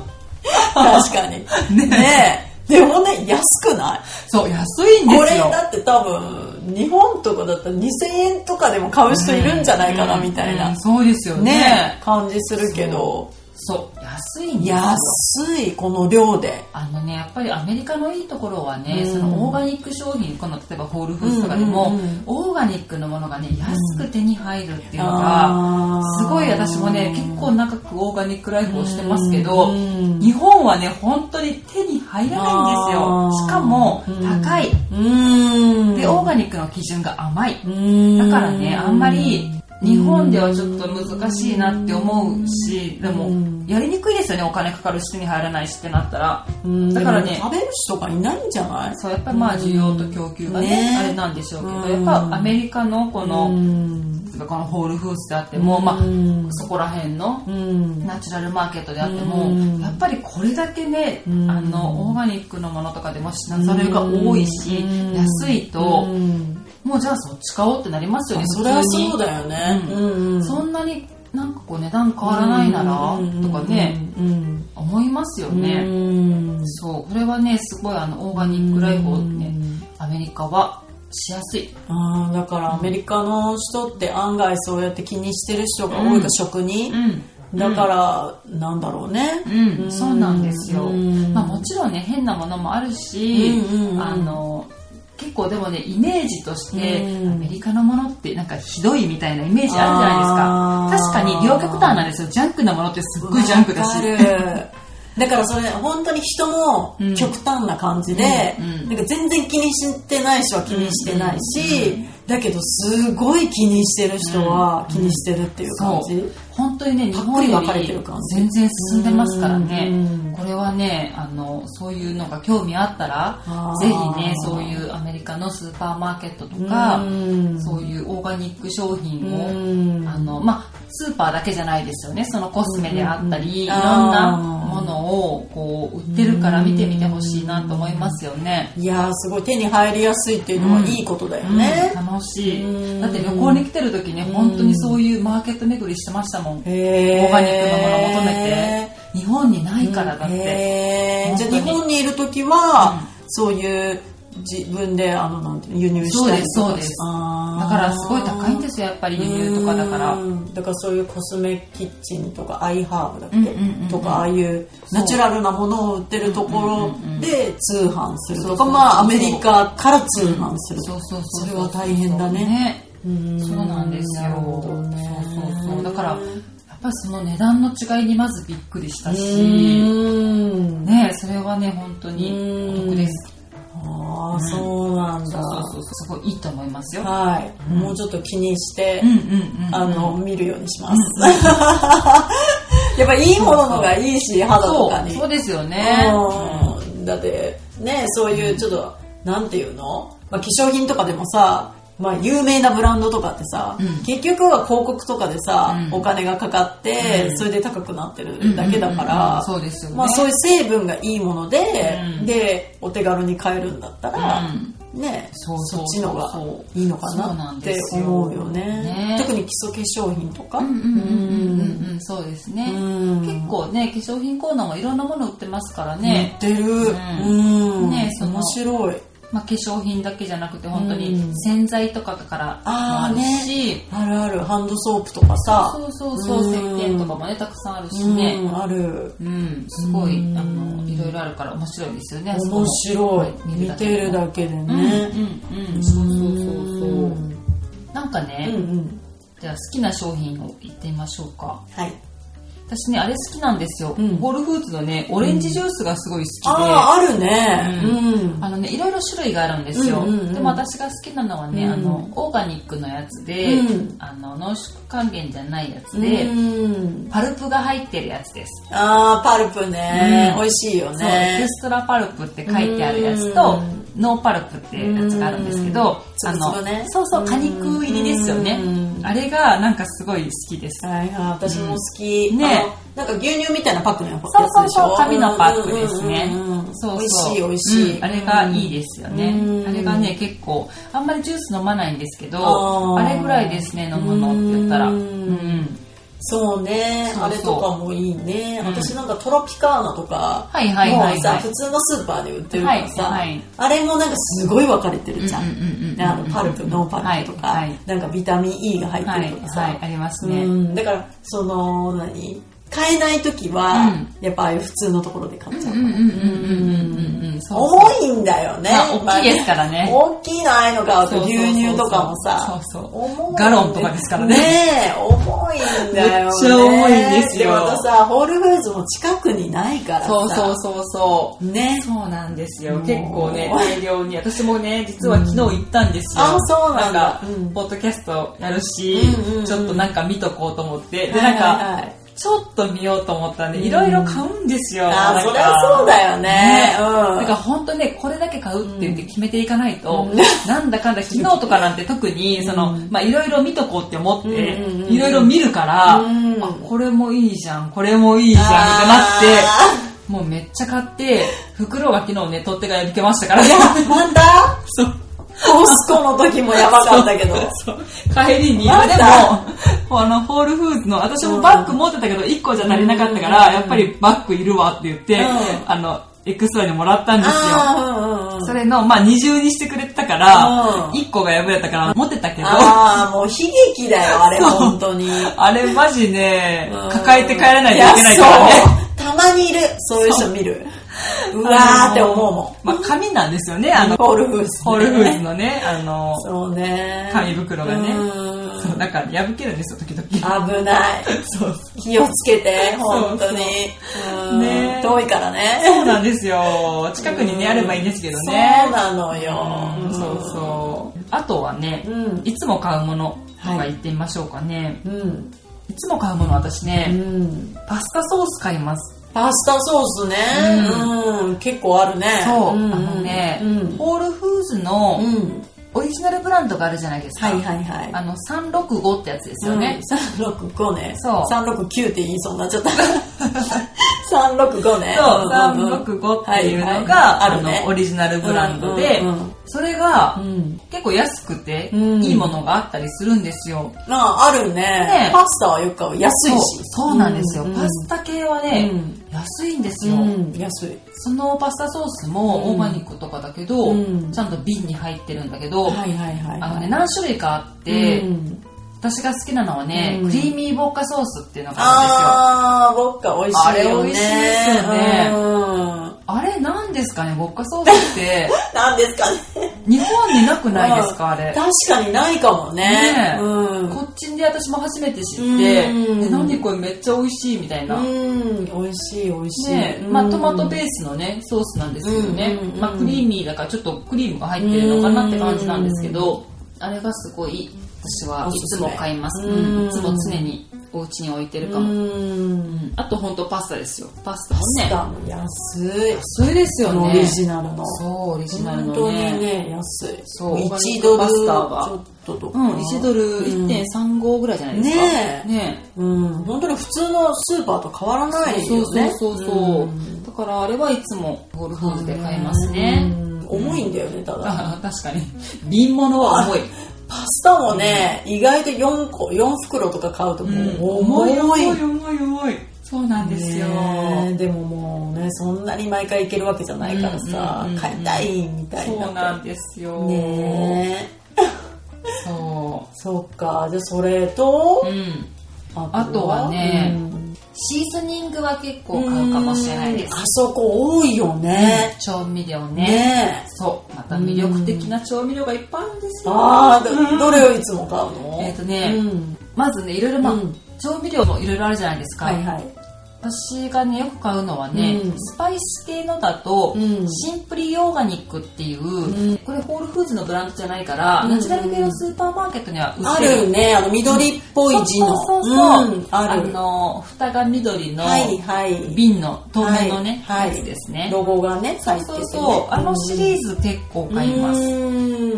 確かに ねえでもね安くない
そう安いん
こ
で
れ
すよ
だって多分日本とかだったら2000円とかでも買う人いるんじゃないかなみたいな、
うんそうですよね
ねえ感じするけど
そう安いんですよ
安いこの量で
あのねやっぱりアメリカのいいところはね、
うん
そのオーガニック商品この例えばホールフーズとかでも、
うんうんうん
オーガニックのものがね安く手に入るっていうのが、
あー
すごい私もね結構長くオーガニックライフをしてますけど、
うん
日本はね本当に手に入らないんです
あ
よ
ー
しかも
うん
高い、
うーん
でオーガニックの基準が甘い、だ
だ
からねあんまり日本ではちょっと難しいなって思うしでも
うん
やりにくいですよねお金かかるし手に入らないしってなったらだ
だ
か
からら
ね
ね食べる人がいないんじゃない
そうやっぱりまあ需要と供給がね,、
ね
あれなんでしょうけど、
うん
やっぱアメリカのこの,、
うん
このホールフーズであっても、まあ
うん
そこら辺の
うん
ナチュラルマーケットであっても、
うん
やっぱりこれだけね、
うん
あのオーガニックのものとかでも品揃えが多いし、
うん
安いと、
うん
もうじゃあそっち買おうってなりますよね
それは
普通に
そうだよね
うん
うん
そんなになんかこう値段変わらないならとかね、
うん
思いますよね、
うん
そうこれはねすごいあのオーガニックライフをね、アメリカはしやすい
あーだからアメリカの人って案外そうやって気にしてる人が多いから、
うん
食に、
うん
だからなんだろうね、
うん、そうなんですよ、
うん
まあ、もちろんね変なものもあるし、
うんうんうん
あの結構でもねイメージとして、
うん
アメリカのものってなんかひどいみたいなイメージあるじゃないですか
あー
確かに両極端なんですよジャンクなものってすっごいジャンクだし
わかるだからそれ本当に人も
うん
極端な感じで、
うんうん
なんか全然気にしてない人は気にしてないし、だけどすごい気にしてる人は気にしてるっていう感
そ
じ、
う本当にね日
ぱっ
本
くり
よ
分かれて
り
る感じ
全然進んでますからね
うん
これはねあのそういうのが興味あったら
あー
ぜひねそういうアメリカのスーパーマーケットとか
うん
そういうオーガニック商品
う
を
ん
あのまあスーパーだけじゃないですよねそのコスメであったり、いろんなものをこう売ってるから見てみてほしいなと思いますよね、
いやすごい手に入りやすいっていうのはいいことだよね、
楽しい、だって旅行に来てる時に本当にそういうマーケット巡りしてましたもん、オーガニックのもの求めて日本にないからだって、
じゃあ日本にいる時は、そういう自分であのなんて輸入したりと
かそうですだからすごい高いんですよやっぱり輸入とかだから
だからそういうコスメキッチンとかアイハーブだっけ、とかああいうナチュラルなものを売ってるところで通販するとかまあアメリカから通販するそうそうそれは大変だね
そうなんですよそうそうそうだからやっぱりその値段の違いにまずびっくりしたし、ね、それはね本当にお得です
ああ、そうなんだ。そう
すごいいいと思いますよ。
はい。もうちょっと気にして、あの、見るようにします。 やっぱいいものがいいし、肌とかに。
そうですよね。
だって、ね、そういうちょっと、なんていうのまあ、化粧品とかでもさ、まあ、有名なブランドとかってさ、結局は広告とかでさ、お金がかかって、それで高くなってるだけだから、そうですまあ、そういう成分がいいもので、でお手軽に買えるんだったら、ねそっちのがいいのかなって思うよね特に基礎化粧品とか
そうですね結構ね化粧品コーナーもいろんなもの売ってますからね
売ってるうん、ね、面白い
まあ、化粧品だけじゃなくて本当に洗剤とかからあるし、
あるあるハンドソープとかさ
そうそうそう石鹸とかもねたくさんあるしね、
ある、
うん、すごいあのいろいろあるから面白いですよね
面白い見てるだけでね
うんうん、そうそうそうそうなんかね、じゃあ好きな商品を言ってみましょうか
はい
私ねあれ好きなんですよ、ホールフーズのねオレンジジュースがすごい好きで、
ああるね、
うんあのねいろいろ種類があるんですよ、でも私が好きなのはね、あのオーガニックのやつで、あの濃縮還元じゃないやつで、パルプが入ってるやつです
ああパルプね、美味しいよねそう
エクストラパルプって書いてあるやつと、ノーパルプってやつがあるんですけど、あのそうそう果肉入りですよね、あれがなんかすごい好きです。
はいはい、私も好き。
ね、
なんか牛乳みたいなパックのやつで
ょ。
し
そうそうそう、紙のパックですね。そう
そう。美味しい美味しい、
あれがいいですよね。あれがね結構あんまりジュース飲まないんですけど、あれぐらいですね飲むのって言ったら。うん。
そうねあれとかもいいね、私なんかトロピカーナとか
はいはいはい
さ普通のスーパーで売ってるからさ、あれもなんかすごい分かれてるじゃん,、あのパルプノーパルプとか、なんかビタミン E が入ってるとかさ、
ありますね、
だからその何買えない時は、やっぱああいう普通のところで買っちゃう重いんだよね
大きいですからね
大きいのああいうの買うと牛乳とかもさ
ガロンとかですからね
ね重いんだよめっ
ちゃ重いんですよ
でまたさホールフーズも近くにないからさ
そうそうそうそうねそうなんですよ結構ね大量に私もね実は昨日行ったんですよ、
あそうなんだ
ポッドキャストやるし、ちょっとなんか見とこうと思ってでなんか、ちょっと見ようと思ったんで、いろいろ買うんですよ。
あ、そりゃそうだよね。うん。
だから本当ね、これだけ買うって言って決めていかないと、なんだかんだ昨日とかなんて特に、その、まあいろいろ見とこうって思って、いろいろ見るから、あ、これもいいじゃん、これもいいじゃんってなって、もうめっちゃ買って、袋が昨日ね、取ってから抜けましたからね。
なんだそう。コスコの時もやばかったけど。
帰りに、でも、あの、ホールフーズの、私もバッグ持ってたけど、1個じゃ足りなかったから、やっぱりバッグいるわって言って、あの、エクストラにもらったんですよ。それの、まあ、二重にしてくれてたから、1個が破れたから持ってたけど。
ああ、もう悲劇 だよ、あれ、本当に。
あれ、マジね、抱えて帰らないといけないからね。
たまにいる、そういう人見る。うわーって思うも
ん。まあ、紙なんですよね、あの、
ホールフーズ、
ホールフーズのね、あの、
そうね。
紙袋がね。そう、だから破けるんですよ、時
々。危ない。
そう。
気をつけて、本当に。ね遠いからね。
そうなんですよ。近くにね、あればいいんですけど
ね。そうなのよ。
そうそう。あとはね、いつも買うものとか言ってみましょうかね。うん。いつも買うもの私ね、パスタソース買います。
パスタソースね、うん、結構あるね
そう、あのね、ホールフーズのオリジナルブランドがあるじゃないですか、
はいはいはい
あの365ってやつですよね、
うん、365ね
そう
369って言いそうになっ ちゃった365ね
そう、
んんん
365っていうのが、
はいはい
あの、オリジナルブランドで、
うんうんうん
それが、
うん
結構安くて、
うん
いいものがあったりするんですよ。
なああるね
ね
パスタはよく買う安い
そう
し
そうなんですよ、
うん
パスタ系はね、
うん
安いんです
う
よ、
ん安い
そのパスタソースも
う
オ
ん
ーガニックとかだけど、
うん
ちゃんと瓶に入ってるんだけど、
はいはいはい
あ
は
のね
い
何種類かあって、
うん
私が好きなのはね、
うん
クリーミーボッカソースっていうのがあ
あーボッカ美味しいよ
あれ
ね
美味しいですよね
うん
るんですよあれなんですかねボッカソースって
なんですかね
日本になくないですかあれ
確かにないかもね
ねえ
うん
こっちで私も初めて知って、
うん
え何これめっちゃ美味しいみたいな、
うん美味しい美味しい、
ね
うん
まあ、トマトベースのねソースなんですけどね、
うん
まあ、クリーミーだからちょっとクリームが入ってるのかなって感じなんですけど、あれがすごい私はいつも買います、
おすすめ
うんいつも常にお家に置いてるか
う
も、
ん
あと本当パスタですよパスタも
し
ね
かも安い
それですよ
オ
ね
リジナルの
そうオリジナル
本
の
当に
ね
ね安い
そう
1ドル
パスタは
ちょっととか、
うん、1ドル
うん
1.35ぐらいじゃないですか
ねえ
ね
うん本当に普通のスーパーと変わらないよね
そうそうそうそう、
ん
だからあれはいつもゴルフーズで買いますね、
うん重いんだよねただ
あ 確 かに瓶物は重い
パスタもね意外と4個4袋とか買うともう重い
重い重い重いそうなんですよ、
ねえでももうねそんなに毎回行けるわけじゃないからさ、
うんうんうんうん
買いたいみたいに
そう
なって
なんですよ、
ねえ
そ
そっかじゃあそれと
う、うん、あとはね
うん
シーズニングは結構買うかもしれないで
う
す
んあそこ多いよね、
調味料ね
ねえ
そうまた魅力的な調味料がいっぱいあるんですよ
ああ、
うん
どれをいつも買うの
えっとね
うん
まずねいろいろまあ、
うん
調味料もいろいろあるじゃないですか、
はいはい
私がねよく買うのはね、
うん
スパイス系のだと、
うん
シンプリオーガニックっていう、
うん
これホールフーズのブランドじゃないから、
うん
ナチュラル系のスーパーマーケットには売っ
あ
てる
るねあの緑っぽい字の
そうそうそうそう、
ん
あ
ある
の蓋が緑の
はいはい
瓶の透明のね、
はいはい
やつですね、
ロゴがね
そうそうそうあのシリーズ結構買います、
す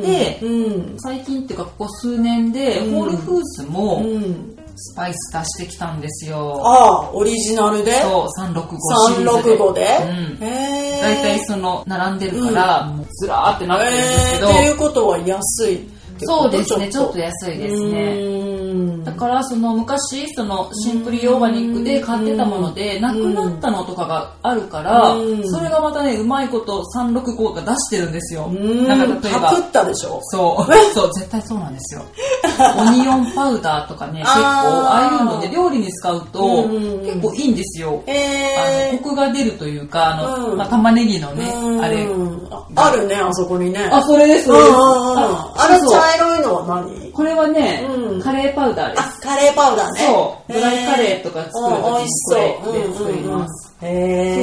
で
うん
最近っていうかここ数年で
うん
ホールフーズ
う
も
ん
スパイス出してきたんですよ、
ああオリジナルで
そう365シリーズで
365で
うん
へえ
大体その並んでるから、もうずらーってなってるんですけ
えー
ど、
っていうことは安いってこ
そう
と
ですねちょっと安いですね、
うん
だからその昔そのシンプルオーガニックで買ってたものでなくなったのとかがあるから
うん
それがまたねうまいこと365が出してるんですよ
うん
なんか例え
パ
ば
クったでしょ
そう そう絶対そうなんですよオニオンパウダーとかね結構
あー
ああいうので料理に使うと
うん
結構いいんですよ
え
あの
え
コクが出るというかあの、
うん
まあ、玉ねぎのね
うん
あれ
あるねあそこにね
あそれです
う
そ
ん
れ
うん
で
う
す
んあれ
そう
茶色いのは何
これはね、
うん
カレーパウダーです
あカレーパウダーね
そうドライカレーとか作る時に
と
これで作ります
へ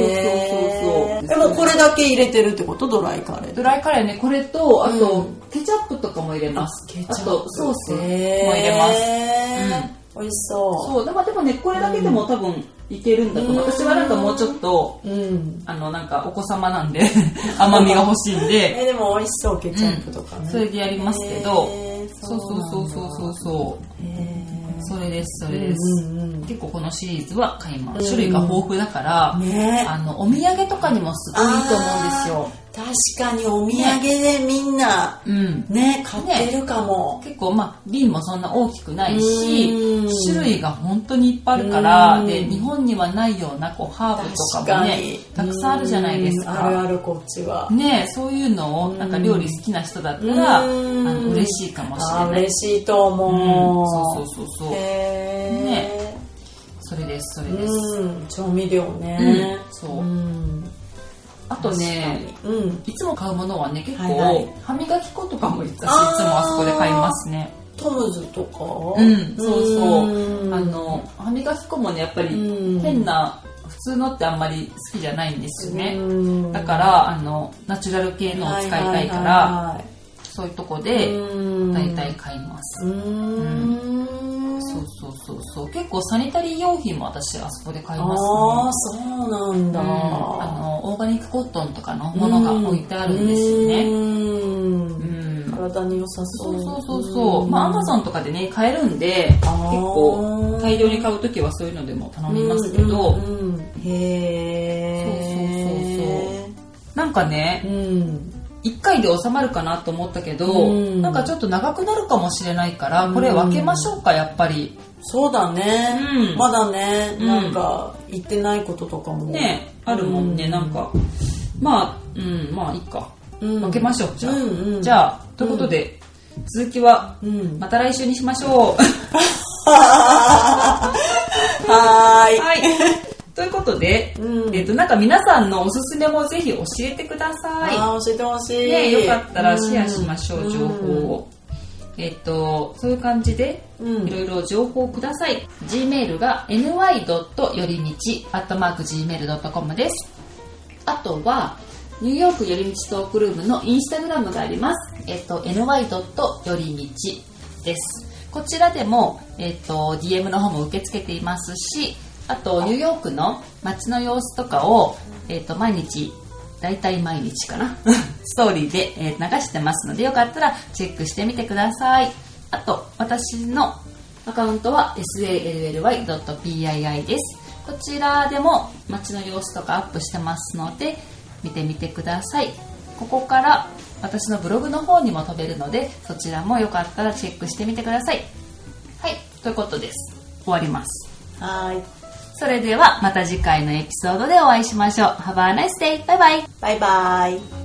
そうそうそう
え
そう
でもこれだけ入れてるってことドライカレー
ドライカレーねこれとあと、
うん
ケチャップとかも入れます
ケチャッ
あ
プ
とソースも入
へ
れます
ー美味しそ
そうだからでもねこれだけでも多分いけるんだと思う、
うん
私はなんかもうちょっと
ううん
あのなんかお子様なんで 甘みが欲しいんで
えでも美味しそうケチャップとかね
それでやりますけど
へー
そうそうそうそうそうそう
なんだ
うそれですそれ
へ
で
ー
す、
うんうん
結構このシリーズは買いま
うん
す種類が豊富だから、
うんね
あのお土産とかにもすごいいいと思うんですよ
確かにお土産でみんな
うん
ね買ってるかも、
結構まあ瓶もそんな大きくないし
うん
種類が本当にいっぱいあるから
うん
で日本にはないようなこうハーブと
確
かも
か
ね
に
たくさんあるじゃないです
うんある
か
あるこっちは、
ねえそういうのをなんか料理好きな人だったらあ
うん
の嬉しいかもし
あ
れない
嬉しいと思う、
うんそうそうそうそう
へー
ねそれですそれです
うん調味料ね、
うんそうんあとね
確かにうん
いつも買うものはね結
はいはい
構歯磨き粉とかも私いつも
あー
あそこで買いますね
トムズとか
うんそうそう
うん
あの歯磨き粉もねやっぱり
うん
変な普通のってあんまり好きじゃないんですよね
うん
だからあのナチュラル系のを使いたいから
は
そういうとこ
いはいはい
で
うん
大体買います
うーん
そうそうそうそう結構サニタリー用品も私あそこで買います
あ
ね
あそうなん
うん
だ、
あのオーガニックコットンとかのものが置いてあるんですよ
う
ね
ーん
うん
体に良さ
そ
そうう
そうそうそうまあアマゾンとかでね買えるんで結
あー
構大量に買う時はそういうのでも頼みますけど、
うんうんうんへえ
なんかね
うそうそううん
1回で収まるかなと思ったけど、
うん
なんかちょっと長くなるかもしれないからこれ分けましょうかやっぱり
そうだね、
うん
まだね、
うん
なんか言ってないこととかも
ねあるもんね、
うん
なんかまあうんまあいいか
うん
分けましょうじゃあ、
うんうん
じゃあということで、続きは
うん
また来週にしましょう
はーい
はい。 ということで、
うん
えっと、なんか皆さんのおすすめもぜひ教えてください。
あー教えてほしい、
ね、よかったらシェアしましょう、
ん
情報を。えっと、そういう感じで、
うん
いろいろ情報をください。Gmail が ny. よりみち、アットマーク gmail.com です。あとは、ニューヨークよりみちトークルームのインスタグラムがあります。えっと、ny. よりみちです。こちらでも、えっと、DM の方も受け付けていますし、あと、ニューヨークの街の様子とかを、えっと、毎日、大体毎日かな、 ストーリーで、えー流してますので、よかったらチェックしてみてください。あと、私のアカウントは sally.pii です。こちらでも街の様子とかアップしてますので見てみてください。ここから私のブログの方にも飛べるのでそちらもよかったらチェックしてみてください。はい、ということです。終わります。
はーい
それではまた次回のエピソードでお会いしましょう。Have a nice day! バイバイ
バイバイ